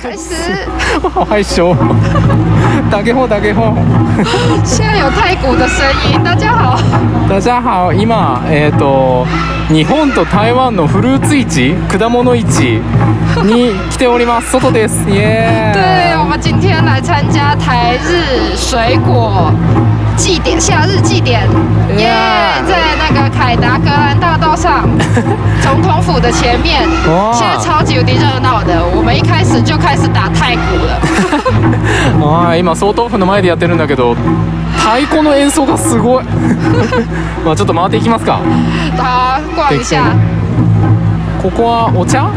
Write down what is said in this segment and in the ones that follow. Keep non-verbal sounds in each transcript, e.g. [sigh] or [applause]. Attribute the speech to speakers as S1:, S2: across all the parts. S1: 开始，
S2: 我好害羞， [laughs] 打给我，打给我。
S1: 现在有太鼓的声音。大家
S2: [laughs]
S1: 好，
S2: 大家好，今えっ、と日本と台湾のフルーツ市、果物市に来ております。外です。イエ
S1: 对我
S2: ーイ。
S1: 们今天来参加台日水果祭典，夏日祭典，耶
S2: Yeah
S1: 在那个凯达格兰大道
S2: [laughs]
S1: 上，总统府的前面，
S2: 哇
S1: 现在超级无敌热闹的。我们一开始就开始打太鼓了，
S2: [laughs] あー今総統府の前でやってるんだけど、太鼓の演奏がすごい。 [laughs] まあちょっと回っていきますか。
S1: 好逛一下。
S2: ここはお茶？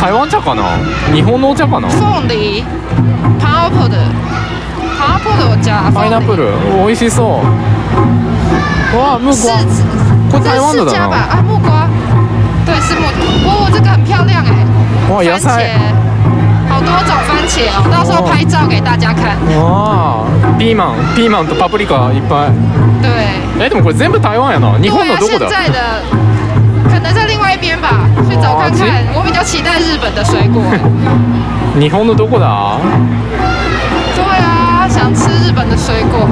S2: 台湾茶かな？日本のお茶かな？
S1: 凤梨 p i n e 的 p i n e 的我家，
S2: パイナップ
S1: 凤梨
S2: ル、美味しそう。わあ、向こ
S1: 柿
S2: う。
S1: 子。
S2: これ
S1: 这
S2: 台湾哦
S1: 是
S2: の
S1: 释迦
S2: だ
S1: 吧？
S2: な。
S1: 啊，木瓜，对，是木瓜。哦，这个很漂亮哎，
S2: わあ、野
S1: 番
S2: 哦菜。
S1: 茄，好多种番茄哦，到时候拍照给大家看。
S2: わあピーマンピーマンとパプリカいっぱい
S1: 对，
S2: えでもこれ全部台湾やな日本
S1: 对
S2: の
S1: 啊，
S2: どこ
S1: 现
S2: だ
S1: 在的可能在另外一边吧，去找看看
S2: 哦。
S1: 我比较期待日本的水果。
S2: 日本のどこだ
S1: 对啊，想吃日本的水果。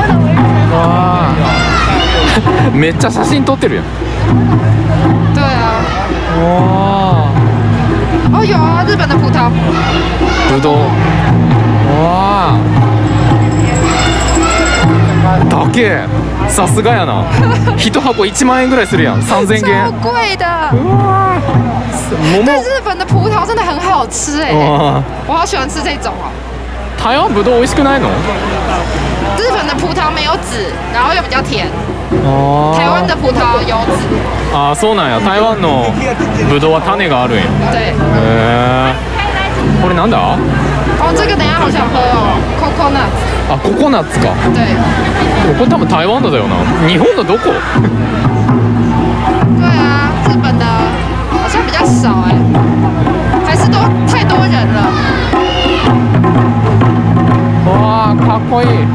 S2: わあ [laughs] めっちゃ写真撮ってるやん
S1: 对啊，
S2: わあ
S1: 哦有啊，日本的葡萄。
S2: ぶどうわあだけさすがや [laughs] な一箱1万円ぐらいするやん3000
S1: 超
S2: 円
S1: 贵的，
S2: うわあ
S1: 但日本的葡萄真的很好吃哎、
S2: 桃わ
S1: 我好喜欢吃这种哦。
S2: あ台湾ぶどう美味しくないの
S1: 日本的葡萄没有籽，然后又比较甜。台湾
S2: あ
S1: 的葡萄有籽，
S2: ーあーそうなんや台湾のぶどうは種があるんや
S1: 对。
S2: へーこれなんだ
S1: 哦，这个等一下好想喝哦，coconut。
S2: あココナッツか
S1: 对，
S2: ここ多分台湾のだよな日本のどこ
S1: 对啊，日本的好像比较少哎，还是都太多人了。
S2: わあかっこいい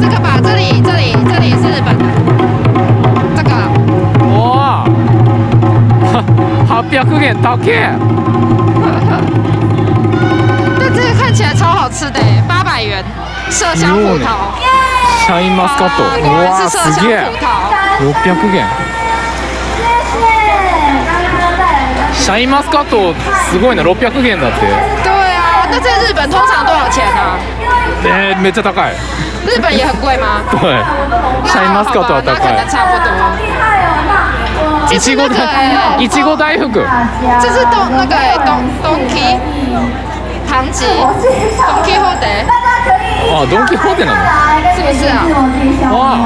S1: 这个吧，这里这里这里是日本的，这个 [laughs]
S2: わあは800元だけ
S1: 但这个看起来超好吃的哎，八百元，麝香葡萄。
S2: シャインマスカット
S1: 啊果
S2: う
S1: 然
S2: わ
S1: 是
S2: あ
S1: 麝
S2: す
S1: 香
S2: げえ
S1: 葡萄。
S2: 600元シャインマスカットすごいな600元だって
S1: 对啊，那在日本通常多少钱啊？
S2: えー、めっちゃ高い
S1: 日本也很贵吗？
S2: はいシャインマスカットは
S1: 那好吧那可
S2: 高
S1: 能差不多。
S2: いいちご
S1: 这是那
S2: だ
S1: 个
S2: いちご大福
S1: 这是东那个哎东东 key 唐吉东 key 后的哎
S2: あドン・キホーテな
S1: 是不是啊？
S2: のわあ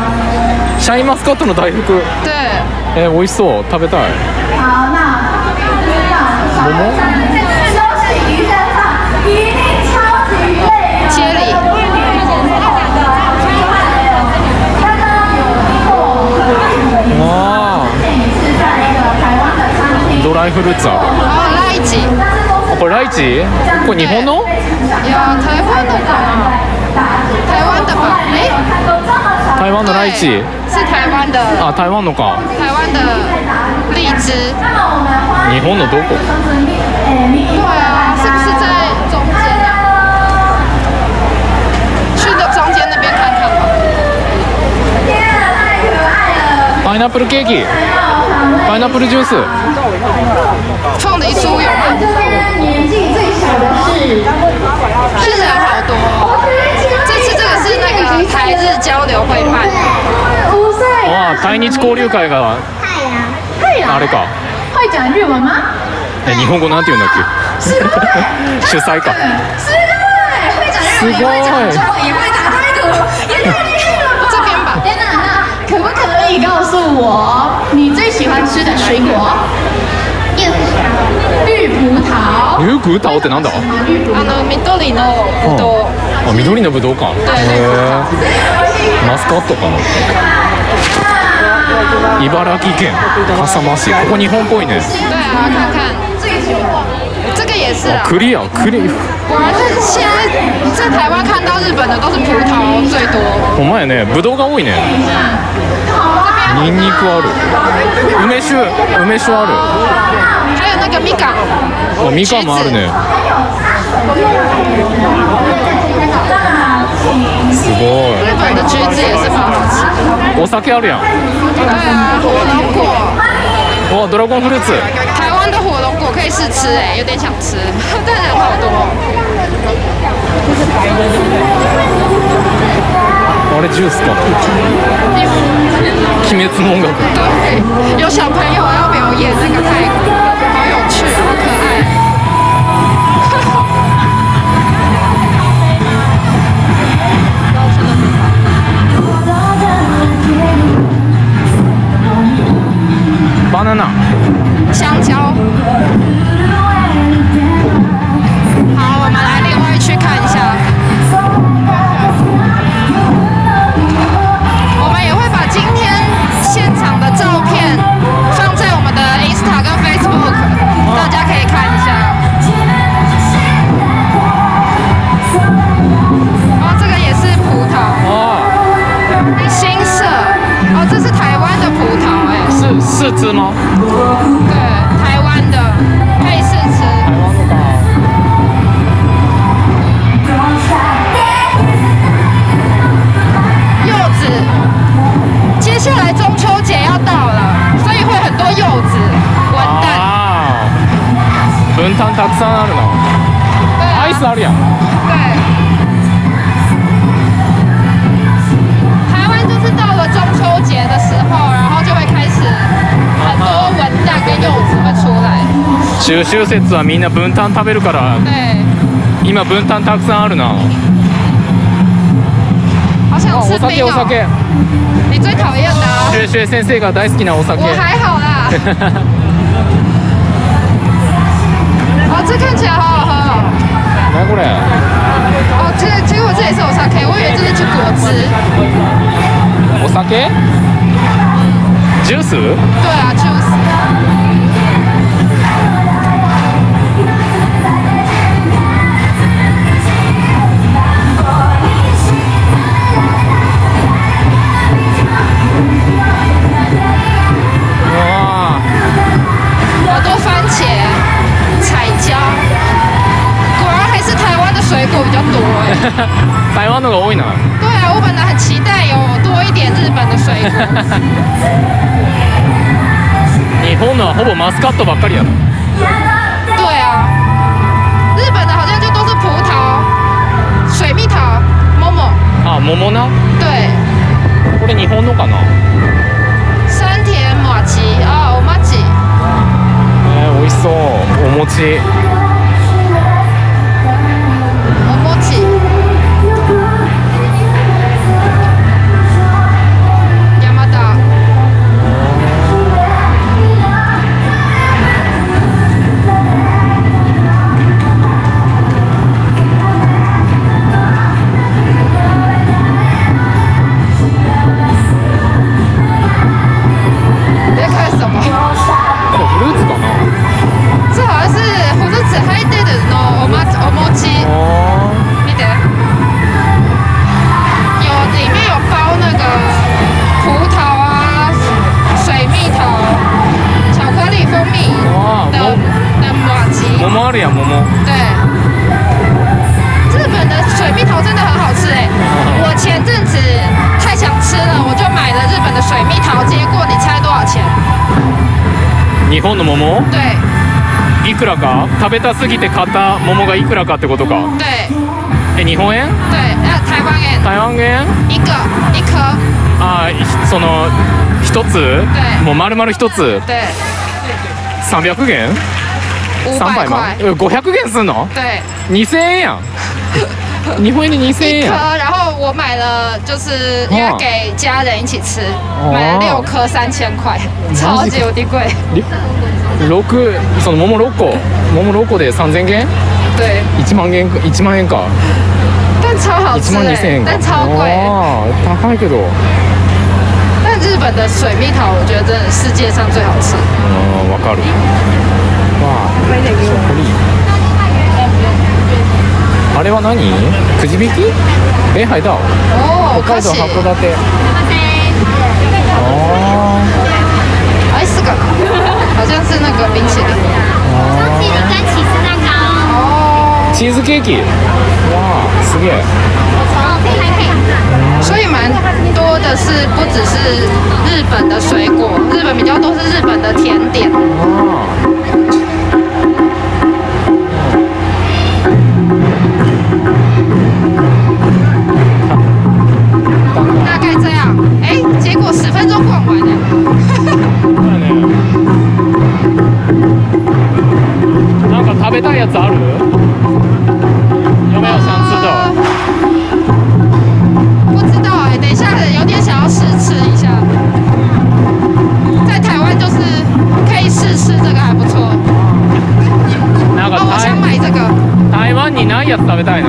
S2: シャインマスカットの大福
S1: 对，
S2: えー、美味しそう食べたい桃
S1: 接力。
S2: わあドライフルーツあ
S1: 然后哦拉一起
S2: るこれライチこれ日本の
S1: 有台湾的吧？台湾的吧？哎，
S2: 台湾のライチ
S1: 对是台湾的，
S2: あ台湾のか
S1: 台湾的荔枝。
S2: 日本のどこ
S1: 对啊，是不是在中间啊？去的中间那边看看吧。
S2: パイナップルケーキパイナップルジュース
S1: 凤梨酥有吗？是人好多、哦。这次这个是那个台日交流会办啊的。
S2: わあ対日交流会があれか
S3: 会讲日文吗？
S2: え日本語なんて言うんだっけ [laughs] 主催か
S3: すごい，会讲日文，也会讲中文，也会打泰国，也太厉害了吧！
S1: 这边吧
S3: 天哪，那可不可以告诉我你最喜欢吃的水果？绿葡萄。
S2: ニューク歌おうってなんだあ
S3: 绿葡萄。
S1: あの緑のぶどう。
S2: 緑のぶどうかへえマスカットかな茨城県笠間市ここ日本っぽいね
S1: 对啊，看看。这个也是啊，
S2: クリアクリ
S1: 果然是现在在台湾看到日本的都是葡萄最多。
S2: お前ねぶどうが多いね
S1: 这边
S2: ニンニクある梅酒梅酒あ
S1: 还有那个米卡，
S2: るあみかんもあるねす
S1: 日本的橘子也是蛮好吃的。
S2: ごいお酒あるやん
S1: 对啊，火龙果，
S2: おドラゴンフルーツ
S1: 台湾的火龙果可以试吃哎、有点想吃， [laughs] 但人好多哦。
S2: あれジュースか鬼滅の音楽
S1: 对，有小朋友要表演那个泰国，好有趣，好可爱。
S2: バナナ
S1: 香蕉。好，我们来另外去看一下。我们也会把今天现场的照片放在我们的 Insta 跟 Facebook，大家可以看一下。哦，这个也是葡萄，
S2: あ
S1: 新色。哦，这是台湾的葡萄、哎。
S2: あススーツも
S1: 对，台湾的可以试吃。柚子，接下来中秋节要到了，所以会很多柚子、文旦。
S2: ああ分担たくさんあるな
S1: 对啊
S2: アイスあるやん
S1: 对。台湾就是到了中秋节的时候，然后就会开始很多文旦跟柚子会出来。
S2: 中秋節はみんな分担食べるから
S1: 对，
S2: 今分担たくさんあるな
S1: 好
S2: あ
S1: 想
S2: お
S1: 吃
S2: 酒
S1: 冰
S2: お
S1: 哦。
S2: 酒
S1: 你最讨厌的啊、
S2: シュエシュエ先生が大好きなお酒
S1: 我还好啦。 [laughs] 哦，这看起来好好喝哦。
S2: 何これ
S1: 哦，这结果这也是我 sake，我以为这是去果汁。
S2: お酒ジュース
S1: 对啊，juice。好多
S2: うわ
S1: 番茄、彩椒，果然还是台湾的水果比较多哎。
S2: ー台湾のが多いな
S1: 对啊，我本来很期待有多一点日本的水果。
S2: 日本のはほぼマスカットばっかりやな
S1: 对啊，日本的好像就都是葡萄、水蜜桃、某某。
S2: あ桃な
S1: 对，
S2: これ日本のかな
S1: 山田马吉啊，我马吉。
S2: えー、美味しそうお餅
S1: 我摸起。亚麻达。你在看什么？
S2: これフルーツかな
S1: 这好像是胡子子还对的喏，我妈我摸鸡。
S2: あ
S1: 记得有里面有包那个葡萄啊、水蜜桃、巧克力、蜂蜜
S2: 哇
S1: 的的马吉。
S2: ー桃あるやん桃
S1: 对，日本的水蜜桃真的很好吃哎、我前阵子太想吃了，我就买了日本的水蜜桃，结果你猜多少钱？
S2: 日本の桃
S1: 对
S2: いくらか食べたすぎて買った桃がいくらかってことか
S1: 对
S2: え日本円
S1: 对，呃，台湾哎、
S2: 台湾円
S1: 一个一颗，
S2: あーひその一つ
S1: い
S2: もう丸々一つ
S1: 对，
S2: 300元
S1: 五
S2: 300
S1: 百
S2: 円
S1: 块，
S2: え500元すんの
S1: 对。
S2: 2000円やん日本円で2000円
S1: 一颗
S2: や
S1: 然
S2: ん，
S1: 后我买了，就是因为给家人一起吃，买了六颗三千块，超级无敌贵。
S2: 六その桃6個桃6個で3000円
S1: 对，
S2: 1万円か1万円か
S1: 但超好
S2: 1
S1: 吃
S2: 万
S1: 哎、
S2: 2000円か
S1: 但超贵。
S2: あー高いけど
S1: 但日本的水蜜桃，我觉得真的世界上最好吃。
S2: うんわかるわあショックリあれは何くじ引きえはいだ
S1: 哦，
S2: 北
S1: 可
S2: 海道
S1: 喜。
S2: 函館あ
S1: 哎
S2: あ
S1: [laughs] 哦
S2: ケーキわあすげえ
S1: 所以蛮多的是不只是日本的水果，日本比较多是日本的甜点。
S2: わあ
S1: 大概这样，哎，结果十分钟逛完了。
S2: そうだねなんか食べたいやつある有没有想吃的哦
S1: 呃不知道哎、等一下有点想要试吃一下。在台湾就是可以试吃，这个还不错。哦，
S2: なんか
S1: 我
S2: 台
S1: 想买这个。
S2: 台湾にないやつ食べたいな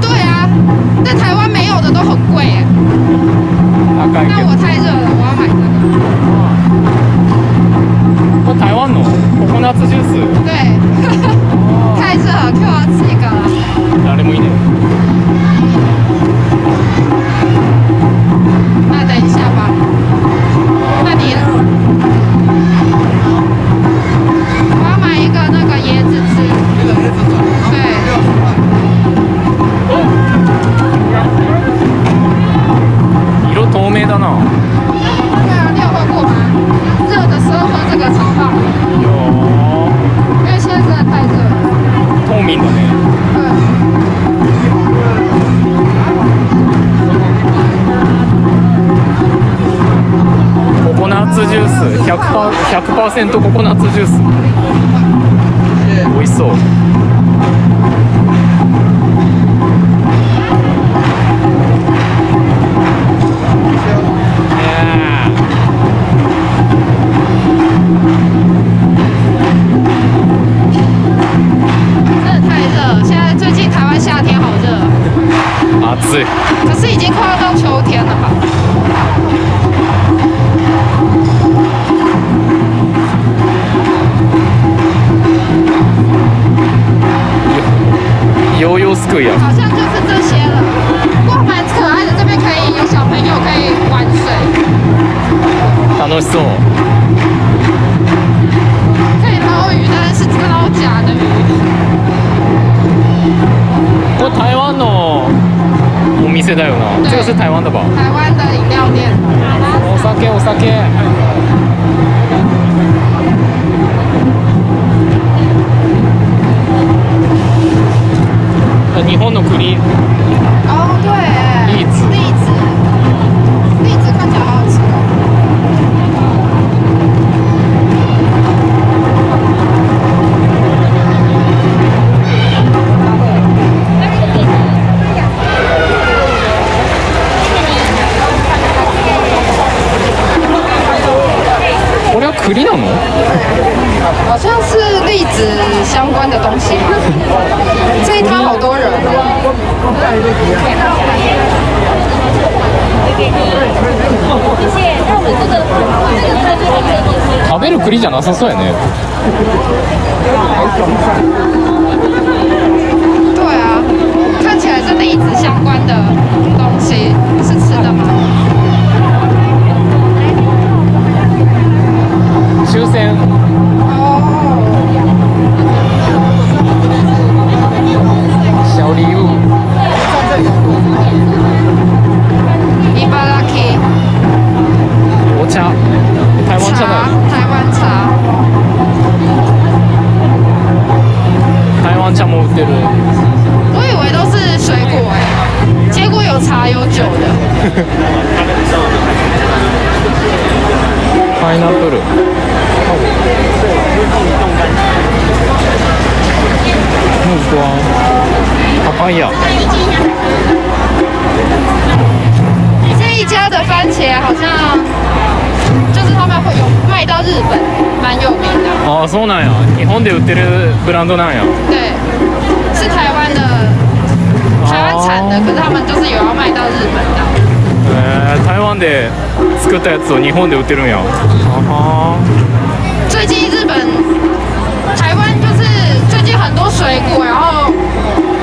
S1: 对啊，但台湾没有的都很贵哎、
S2: 高いけ
S1: 但我太热了，我要买这个。
S2: どこれ台湾のココナッツジュース
S1: 对， [laughs] 太热了，给我吃一个了。
S2: 誰もいね
S1: 那等一下吧。那你，我要买一个那个椰子汁。对，
S2: え色透明だな
S1: 对啊，你有喝过吗？热的时候喝这个超棒，
S2: いやー
S1: 因为现在真的太热了。
S2: 透明だね
S1: 对。
S2: ココナッツジュース 100%, 100%ココナッツジュース美味しそうねえ
S1: 真的太热了，现在最近台湾夏天好热，
S2: 暑い
S1: 可是已经快要到秋天了吧？
S2: ヨーヨーすくいや
S1: 好像就是这些了。不过蛮可爱的，这边可以有小朋友可以玩水，
S2: 楽しそう
S1: 可以捞鱼，但是是捞假的鱼。
S2: これ台湾のお店だよな
S1: 对
S2: 这个是台湾的吧
S1: 台湾的饮料店，
S2: お酒お酒日本の栗
S1: 哦对，
S2: 栗子
S1: 栗子，栗子看起来好好吃哦。
S2: これは栗なの
S1: 好像是栗子相关的东西吧。 [laughs] 这一摊好多人哦。
S2: 食べる栗じゃなさそうやね
S1: 对啊，看起来是栗子相关的东西，是吃的吗？
S2: 終戦
S1: 哦，
S2: シャオリーウ
S1: 伊巴拉克
S2: お茶台湾茶だ
S1: 茶
S2: よ，
S1: 台湾茶。
S2: 台湾茶も売ってる
S1: 我以为都是水果哎、结果有茶有酒的。
S2: パイナップル木瓜パパイヤ
S1: 这一家的番茄好像就是他们会有卖到日本，蛮有名的。
S2: ああそうなんや日本で売ってるブランドなんや
S1: 对，是台湾的，台湾产的，可是他们就是有要卖到日本的。
S2: へえ台湾で作ったやつを日本で売ってるんやあ
S1: 最近日本、台湾就是最近很多水果，然后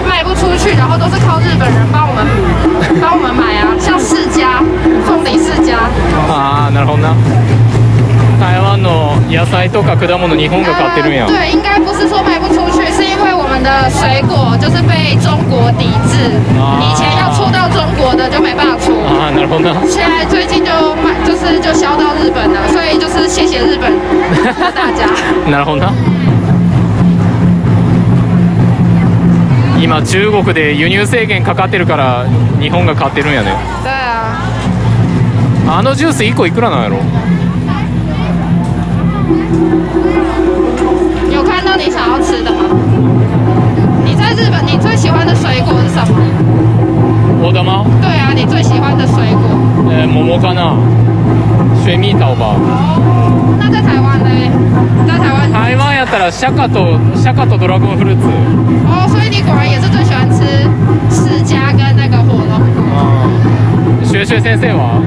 S1: 卖不出去，然后都是靠日本人帮我们帮我们买啊，像释迦、凤梨释迦。
S2: あーなるほどな台湾の野菜とか果物日本が買ってるんや
S1: 呃对，应该不是说卖不出去，是因为我们们的水果就是被中国抵制，
S2: 啊
S1: 以前要出到中国的就没办法出。
S2: ああなるほどな
S1: 现在最近就卖，就是就销到日本了，所以就是谢谢日本大
S2: [laughs]
S1: 家。
S2: なるほどな今中国で輸入制限かかってるから日本が買ってるんやね
S1: 对啊，
S2: あのジュース1個いくらなんやろ
S1: 有看到你想要吃的吗？你在日本，你最喜欢的水果是什么？
S2: 大玉
S1: 对啊，你最喜欢的水果。
S2: えー桃かな水蜜桃吧
S1: 哦，那在台湾呢？在台湾
S2: 台湾やったらシャカとシャカとドラゴンフルーツ
S1: 哦，所以你果然也是最喜欢吃释迦跟那个火龙果。
S2: シュエシュエ先生は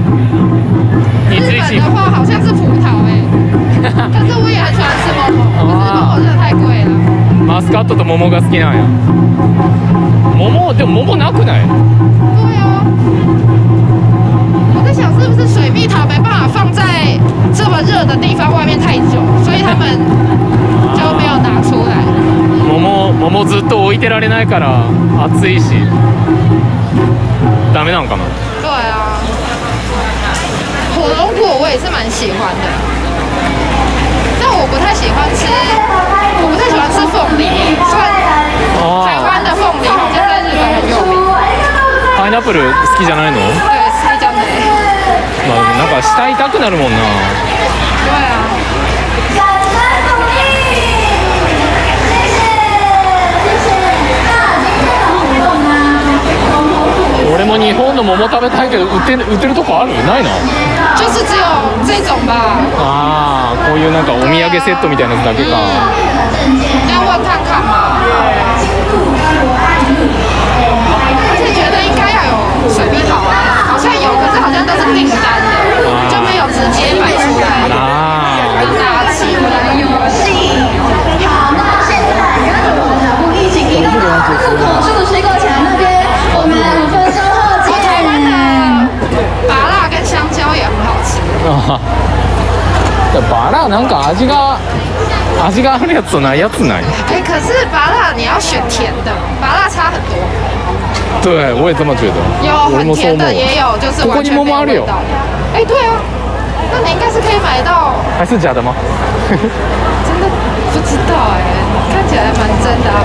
S2: 你
S1: 日
S2: 最
S1: 本
S2: 喜
S1: 的话好像是葡萄哎、但是我也很喜欢吃芒果，可是芒果
S2: 哦
S1: 真的太贵了。
S2: マスカットと桃が好きなんや桃でも桃なくない
S1: 对啊，我在想是不是水蜜桃没办法放在这么热的地方外面太久，所以他们就没有拿出来。
S2: 桃桃ずっと置いてられないから暑いしダメなんかな
S1: 对啊，火龙果我也是蛮喜欢的，但我不太喜欢吃，我不太喜欢吃凤梨，虽然台湾的凤梨好像在日本很有名。
S2: パイナップル好きじゃないのま
S1: 对，是这样的。
S2: あなんか舌痛くなるもん
S1: 对
S2: な
S1: 啊。
S2: 俺も日本の桃食べたいけど売って売ってるとこあるないな
S1: 就是只有这种吧，
S2: ああこういうなんかお土産セットみたいなやつだけか
S1: 要问看看嘛。而且觉得应该要有水蜜桃啊，好像有，可是好像都是订单的，就没有直接摆出来
S2: あ
S1: 让大家吃。嗯台湾的芭辣跟香蕉也很好吃，
S2: [laughs] あーバラなんか味が味があるやつとないやつない
S1: 哎，可是芭辣你要选甜的，芭辣差很多，
S2: 对我也这么觉得
S1: 有
S2: 俺
S1: 很
S2: もそう
S1: 甜
S2: 思う
S1: 的，也有就是
S2: ここ
S1: 完
S2: に
S1: 全没
S2: 桃
S1: 有
S2: ある
S1: 味
S2: よ
S1: 道。哎，对啊，那你应该是可以买到。
S2: 还是假的吗？
S1: 真的不知道哎、看起来蛮真的、啊。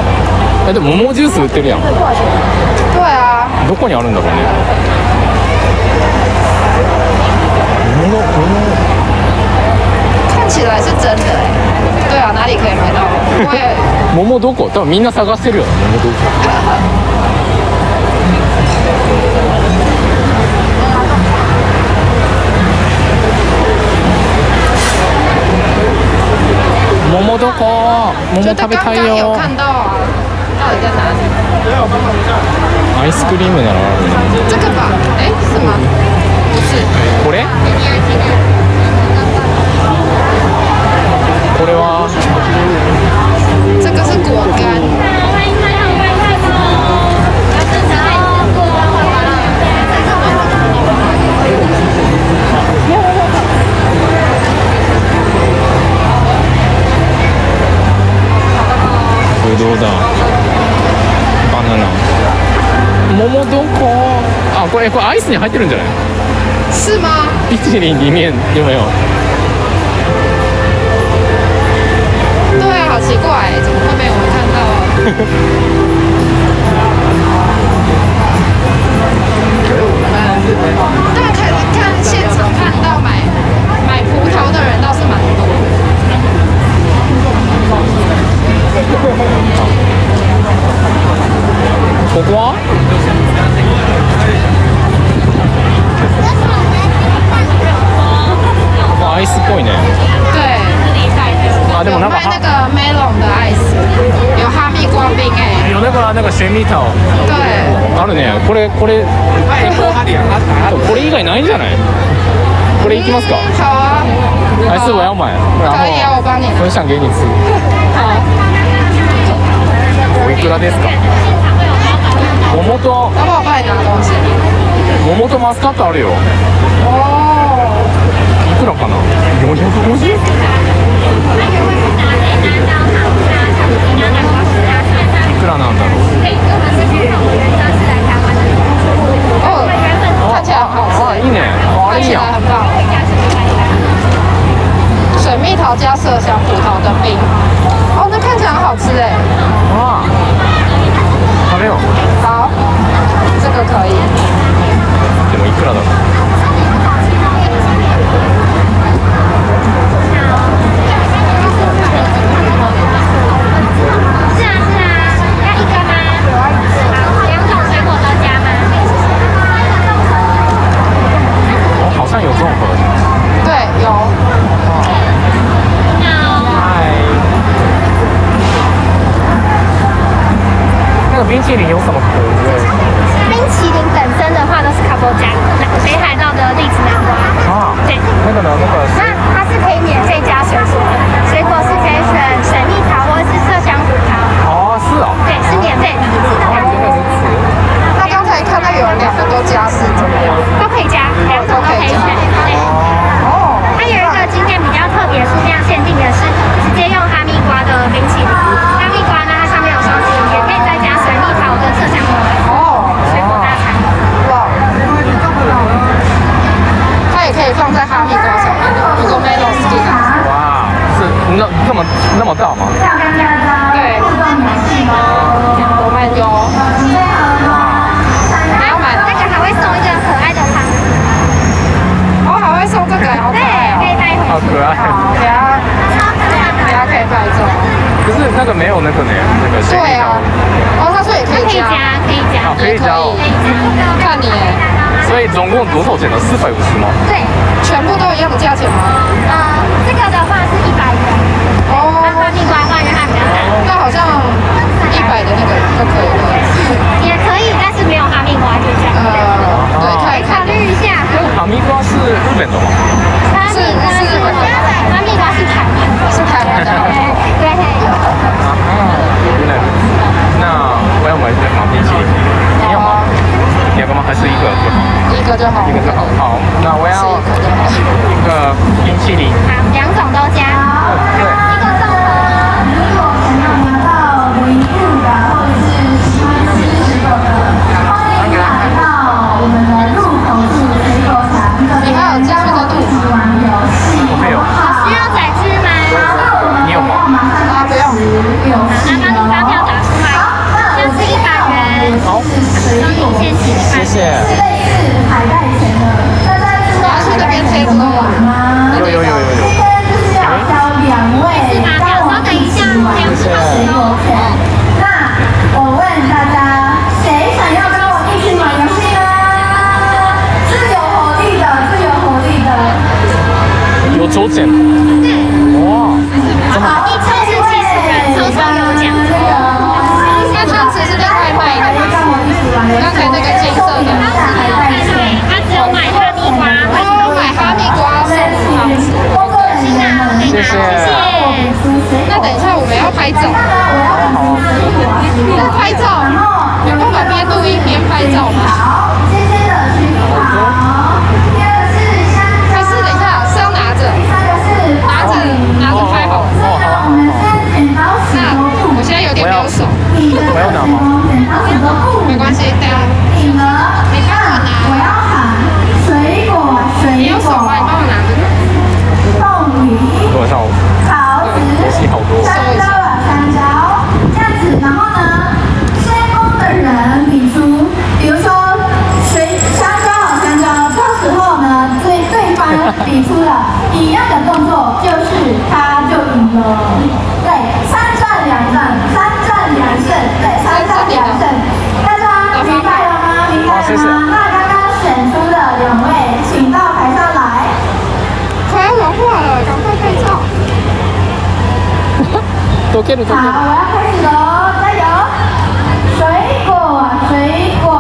S2: えでも桃ジュース売ってるやん
S1: 对啊，
S2: どこにあるんだろうね桃桃
S1: 看起来是真的哎、对啊，哪里可以买到？我也
S2: 桃どこ多分みんな探してるよね桃どこ桃どこ桃
S1: 觉得
S2: 食べ
S1: 刚
S2: た
S1: 刚
S2: い
S1: 有
S2: よ
S1: 看到啊，到底在哪里？
S2: アイスクリームならあるね
S1: 这个吧？哎、是吗？不是。
S2: これこれは
S1: 这个是果干，
S2: ぶどうだバナナ桃どこあこれこれアイスに入ってるんじゃない
S1: 是吗？
S2: 一起里里面有没有
S1: 对啊，好奇怪、欸，怎么会没有人看到、啊？但看看现场看到买买葡萄的人倒是蛮多。
S2: ここはここアイスっぽいね
S1: 对，
S2: あで
S1: 有
S2: もなんか
S1: 卖那
S2: は
S1: 个 melon 的 ice，有哈密瓜冰哎、
S2: 夜中はなんかシェミーター
S1: 对，
S2: あるねこれこれこれ以外ないんじゃないこれいきますか
S1: 好啊，
S2: 还是我要买然
S1: 可以啊，我
S2: 后
S1: 帮你拿。
S2: 分享给你吃
S1: 好，
S2: おいくらですか桃と
S1: 要不我帮你拿东西。
S2: 桃とマスカットあるよ
S1: 哦，
S2: いくらかな 450? いく
S1: 哦看起来很棒。水蜜桃加麝香葡萄的冰，哦，那看起来很好吃哎。
S2: わあ食べよう
S1: 好，这个可以。
S2: でもいくらだろう
S4: 是啊是啊，要一个吗？两种水果都加吗？
S2: あ好像有这种盒子
S1: 对，有。
S2: はい那个冰淇淋有什么口味
S4: 冰淇淋本身的话都是卡波酱，北海道的栗子南瓜。
S2: 啊
S4: 对，
S2: 那个呢那个
S4: 那它是可以免费加水果的，水果是可以选水蜜桃或者是麝香葡萄，
S2: 哦是哦
S4: 对，是免费
S2: 原来
S4: 的，
S2: 如此
S1: 那刚才看到有人两个都加四种。
S4: 都可以加，两种都可以选。对，
S1: 哦。
S4: 它有一个今天比较特别数量限定的是直接用哈密瓜的冰淇淋，哈密瓜呢它上面有双层，也可以再加水蜜桃跟麝香葡萄，
S1: 哦，
S4: 水果大餐。
S1: 哇。它也可以放在哈密瓜上面的，如果 Melo Skin。
S2: 哇是那这么那么大吗
S1: 对。我们有。你要买
S4: 那个还会送一个可爱的糖，
S1: 我还会送这个，好可哦
S4: 对，
S1: 爱
S4: 可以
S1: 哦。
S4: 带
S2: 好
S4: 回去。
S2: 啊可爱
S1: 等一下等一啊下可以拍照。
S2: 可是那个没有那个呢那个水
S1: 对
S2: 蜜
S1: 啊
S2: 桃。
S1: 哦，他说也可
S4: 可
S1: 以
S4: 以加
S1: 加。，
S4: 可以加
S2: 哦，可以加哦
S4: 可以加。
S1: 看你耶
S2: 所以总共多少钱呢四百五十吗
S4: 对，
S1: 全部都一样的价钱吗？
S4: 呃，这个的话是一百元，那哈
S1: 哦，
S4: 密瓜罐因为它比较大，
S1: 那好像一百的那个就可以了。
S4: 也可以，但是没有哈密瓜就这
S1: 呃
S4: 样。，
S1: 对，看一
S4: 考
S1: 看。
S4: 虑一下，
S2: 哈密瓜啊是日本的吗
S4: 哈
S1: 是
S4: 密瓜
S1: 是
S4: 是哈密瓜是台湾的，
S1: 是台湾的
S4: 对对，
S2: 啊原来如此那我要买这个冰淇淋你要吗
S1: 好
S2: 两个吗还是一个就好
S1: 一个就好，
S2: 一个就好好那我
S1: 是
S2: 要
S1: 一个就好。
S2: 一个冰淇淋
S4: 好，两种都加，一个送的。
S1: 你还有继续在录
S2: 我没有
S4: 需要载具吗？
S2: 你有吗
S1: 啊？不用，
S4: 好，那帮你发票打出来，这是一百元，
S2: 好
S4: 帮你先请一百
S2: 谢
S4: 元。
S2: 谢
S1: 你要去那边贴纸吗？
S2: 有有有有有
S4: 是发票，稍等一下，两次好使用。
S2: 有抽奖哇
S4: 一抽是七十元，抽抽有奖。
S1: 那上次是在外卖的吗？刚才那个金色的，
S4: 他只有买哈密瓜，会
S1: 哦，买哈密瓜送好吃。
S4: 送到给他，谢谢。
S1: 那等一下我们要拍照，
S2: 好
S1: 那拍照有办法边录音边拍照吗？还是等一下是要拿着拿着拿着拍好了？
S2: 哦好好好
S1: 那我现在有点没有手，
S2: 我要拿吗
S1: 没关系，等一下你帮我拿，你有手吗？你帮我拿着。
S2: 等我一下我东西好多
S1: 搜一下，
S5: 比出了一样的动作，就是他就赢了。对，三战两胜，三战两胜，对，三战两胜。大家明白了吗？明白
S2: 好谢谢
S5: 了吗？那刚刚选出的两位，请到台上来。
S1: 快要融化了，赶快拍照。
S2: 溶ける溶
S5: 好，我要开始喽，加油！水果，水果。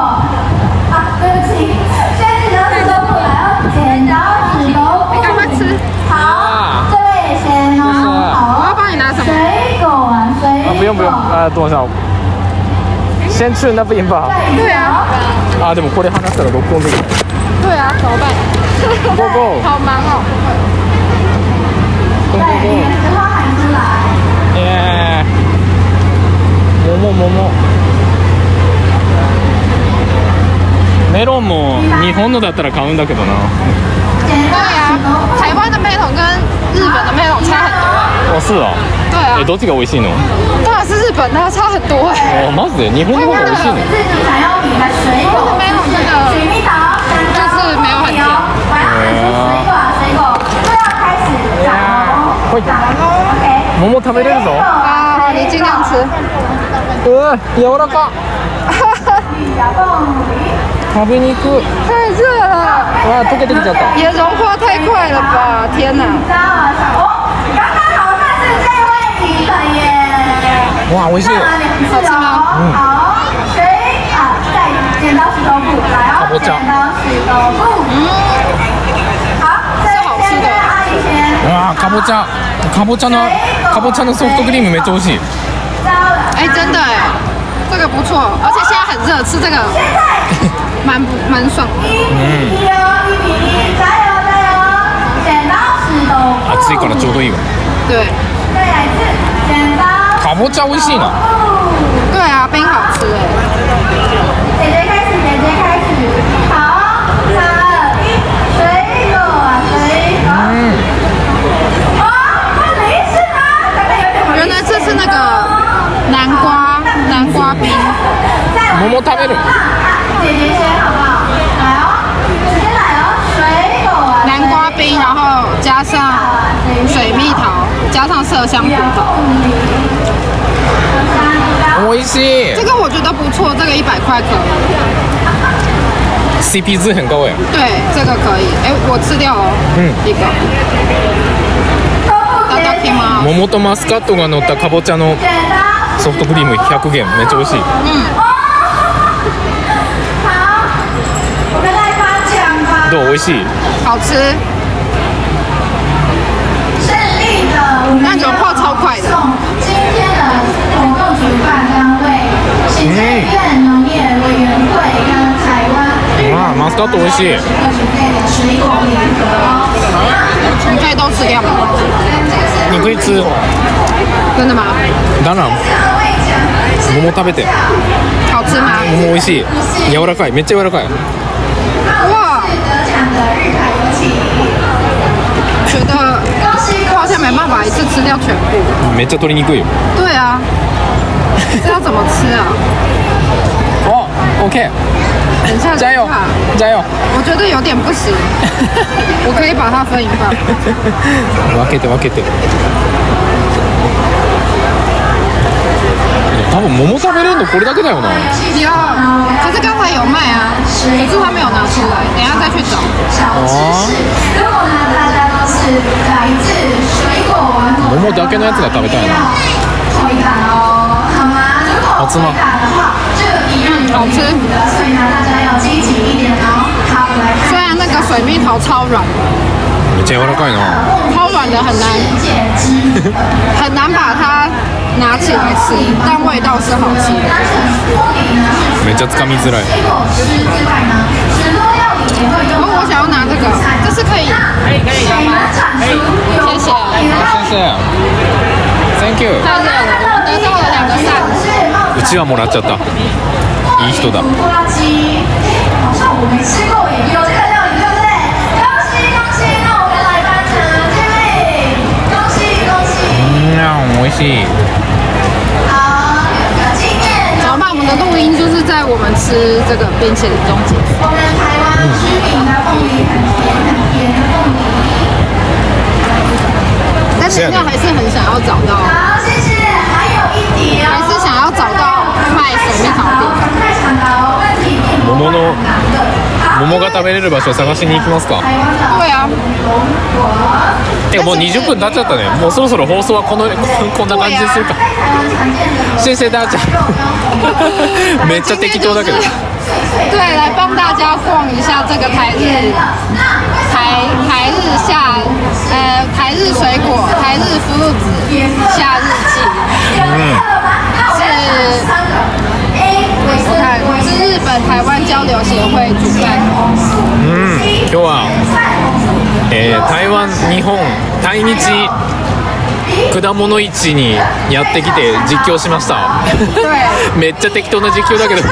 S5: 啊，对不起，现在剪刀石头布来哦，剪刀石头布。
S1: 赶快吃
S5: 好，这位先哦，好
S1: 我要
S5: 哦。
S1: 帮你拿什么？
S5: 水果啊，水果。
S2: 啊不用不用啊等我一下先去那边吧
S5: 对啊。
S2: あでもこれ話したら録音できない
S1: 对啊，怎么办？
S2: GO
S1: [laughs]
S2: GO
S1: 好忙哦。
S2: GO
S5: 对，你们只好喊出来。
S2: GO イエーイ桃桃メロンも日本のだったら買うんだけどな
S1: 啊本的那种差很多啊。
S2: あそうだ
S1: 对啊
S2: え、どっちが美味しいの
S1: 当然是日本，它差很多哎、
S2: あマジで日本の方が美味しいの
S5: 自己想要比的水果，
S1: 没有那个
S5: 水蜜桃、香
S1: 就
S5: 蕉、
S1: 是没有很甜
S5: 牛，我要买些水果，水果就要开始长喽，
S2: ほい
S5: 长喽，OK。
S2: 桃食べれるぞ
S1: 啊，你尽量吃。 [laughs]
S2: うわ柔らか
S5: 小凤梨，
S2: 食べに行く
S1: 太热了，
S2: わあ溶けてきちゃった
S1: 也融化太快了吧！天哪，
S5: 知道吗？哦，刚刚好像是这位提的耶，
S2: わあ美味しい
S5: 那我两次哦，好，谁啊？再剪刀石头布，来哦，
S2: 我
S5: 剪
S2: 讲
S5: 刀石头布，好，
S1: 好
S5: 这
S1: 吃
S5: 先
S1: 的
S5: 跟阿姨先。
S2: わあかぼちゃかぼちゃのかぼちゃのソフトクリームめっちゃ美味しい
S5: 糟了，
S1: 哎、真的哎、这个不错，而且现在很热，吃这个
S5: 现在
S1: 蛮不蛮爽。
S5: 一比一哦，一比一，加油加油！剪刀石头布，
S2: 暑いからちょうどいいわ
S1: 对，
S5: 再来一次，剪刀
S2: かぼちゃ美味しいな
S5: 布，
S1: 对啊，冰好吃哎、
S5: 姐姐开始，姐姐开始，好，三二一，水果水果，哦，它没事吗？刚刚有点
S1: 原来这是那个南瓜南瓜冰，
S5: 再来
S2: 桃食べる
S5: 姐姐先好不好？来哦，直接来哦，水果啊，
S1: 南瓜冰，然后加上水蜜桃，加上麝香葡萄，
S2: 美味しい
S1: 这个我觉得不错，这个一百块可以。
S2: CP 図很高や
S1: 对，这个可以。哎、我吃掉哦，
S2: 嗯
S1: 一个。大家可以吗？
S2: 桃とマスカットが乗ったかぼちゃの
S5: 剪刀。
S2: ソフトクリーム100元めっちゃ美味しい
S5: 好，我们来颁奖吧！
S2: どう美味しい
S1: 好吃。
S5: 胜利的我们
S1: 那你们泡超快的
S5: 送今天的活动主办单位行政院农业委员会跟台湾日
S2: わあマスカット美味しい
S5: 本准备的水果联合哦。
S1: 你可以都吃掉吗？
S2: 你可以吃
S1: 真的吗？
S2: ダナン
S5: 二位奖是啊
S2: 桃食べて
S1: 好吃吗？
S2: 桃美味しい柔らかいめっちゃ柔らかい
S1: 哇，
S5: 得奖的日台有请，
S1: 觉得
S5: 恭喜
S1: 我好
S5: 恭喜
S1: 像！没办法一次吃掉全部。
S2: めっちゃ取りにくいよ
S1: 对啊，这要怎么吃啊？
S2: おオッケ
S1: 等一
S2: [laughs]
S1: 下，
S2: ーじゃあよ
S1: 等一下
S2: じゃあよ
S1: 我觉得有点不行，我可以把它分一半。
S2: 分けて分けて多分桃食べれるのこれだけだよな
S1: 有，可是刚才有卖啊，可是他没有拿出来，等一下再去找。
S5: 小知识，如果呢大家都是来自水果王国，
S2: 桃だけのやつが食べたいな
S5: 回答哦，好吗？如果回答的话，就一样有礼物的，所以呢大家要积极一点哦。好，我们来看
S1: 虽然那个水蜜桃超软，
S2: めっちゃ柔らかいな
S1: 超软的很难
S5: 世界之门
S1: 很难把它拿起来吃，但味道是好吃的。
S2: めっちゃつかみづらい
S5: 水果吃之外呢，许多料理也会
S1: 然
S5: 用
S1: 后
S5: 到
S1: 我想要拿这个，这是可以，
S5: 水能产出有
S1: 谢谢。
S2: 先生 Thank you
S1: 太热了，啊我得到了两个扇子。
S5: 是冒
S2: うちはもらっちゃったいい人だ
S5: 苦瓜鸡，好像我没吃过耶，有这个料理对不对？恭喜恭喜，那我们来颁奖，这位，恭喜恭喜，
S2: うん美味しい
S5: 好，有个经验，
S1: 怎么办？我们的录音就是在我们吃这个冰淇淋中结束。
S5: 我们台湾知名的凤梨很甜很甜的凤梨，
S1: 但是现在还是很想要找到，
S5: 好，谢谢，还有一题哦，
S1: 还是想要找到卖水蜜桃的。
S5: 赶快抢答哦，问题并不
S2: 桃の
S5: 难的，好，
S2: 桃が食べれる場所を探しに行きますか
S5: 台湾的
S1: 对啊，
S2: てかもう20分経っちゃったねもうそろそろ放送はこの [laughs] こんな感じにするか
S5: 在台湾常见的
S2: 先生だーちゃ [laughs] んめっちゃ適当だけど
S1: 对，来帮大家逛一下这个台日台台日夏呃台日水果、台日 fruits 夏日记，
S2: うん
S1: 是
S5: 三个 A 维
S1: 我
S5: 生
S1: 看
S5: 维
S1: 是日本台湾交流协会主办的。
S5: 红素
S2: うん今日は、
S5: 菜红素。
S2: えー台湾日本対日果物市にやってきて実況しました
S1: 对，
S2: めっちゃ適当な実況だけど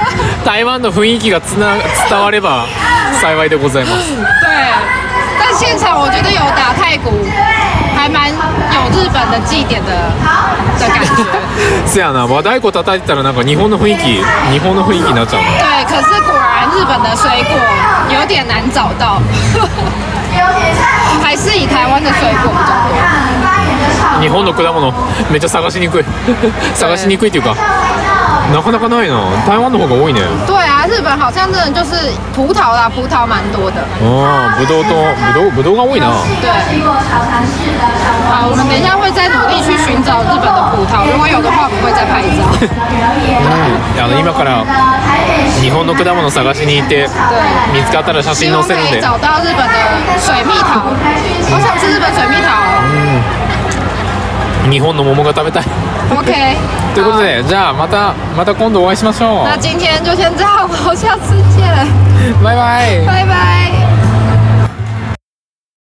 S2: 台湾の雰囲気がつな伝われば幸いでございます
S1: 对，但现场我觉得有打太鼓，还蛮本的祭典的的感觉。
S2: せやな和太鼓叩いてたらなんか日本の雰囲気日本の雰囲気になっちゃう
S1: 对，可是果然日本的水果有点难找到，还是以台湾的水果比较多。
S2: の日本の果物めっちゃ探しにくい探しにくいっていうかなかなかないな台湾の方が多いね
S1: 对啊，日本好像真的就是葡萄啦，葡萄蛮多的。
S2: ああぶどうとぶどうぶどうが多いな
S1: 对，好，我们等一下会再努力去寻找日本的葡萄，如果有的话，我们会再拍照。
S2: あの今から
S5: 呃
S2: 日本の果物探しに行って見つかったら写
S1: 希
S2: 真
S1: 望
S2: 載
S1: 可
S2: せるん
S1: 以
S2: で
S1: 找到日本的水蜜桃，我想吃日本水蜜桃。哦
S2: 日本の桃が食べたい
S1: OK，
S2: ということでじゃあまたまた今度お会いしましょ
S1: 那今天就先这样，我下次见，
S2: うバイバイ
S1: 拜拜。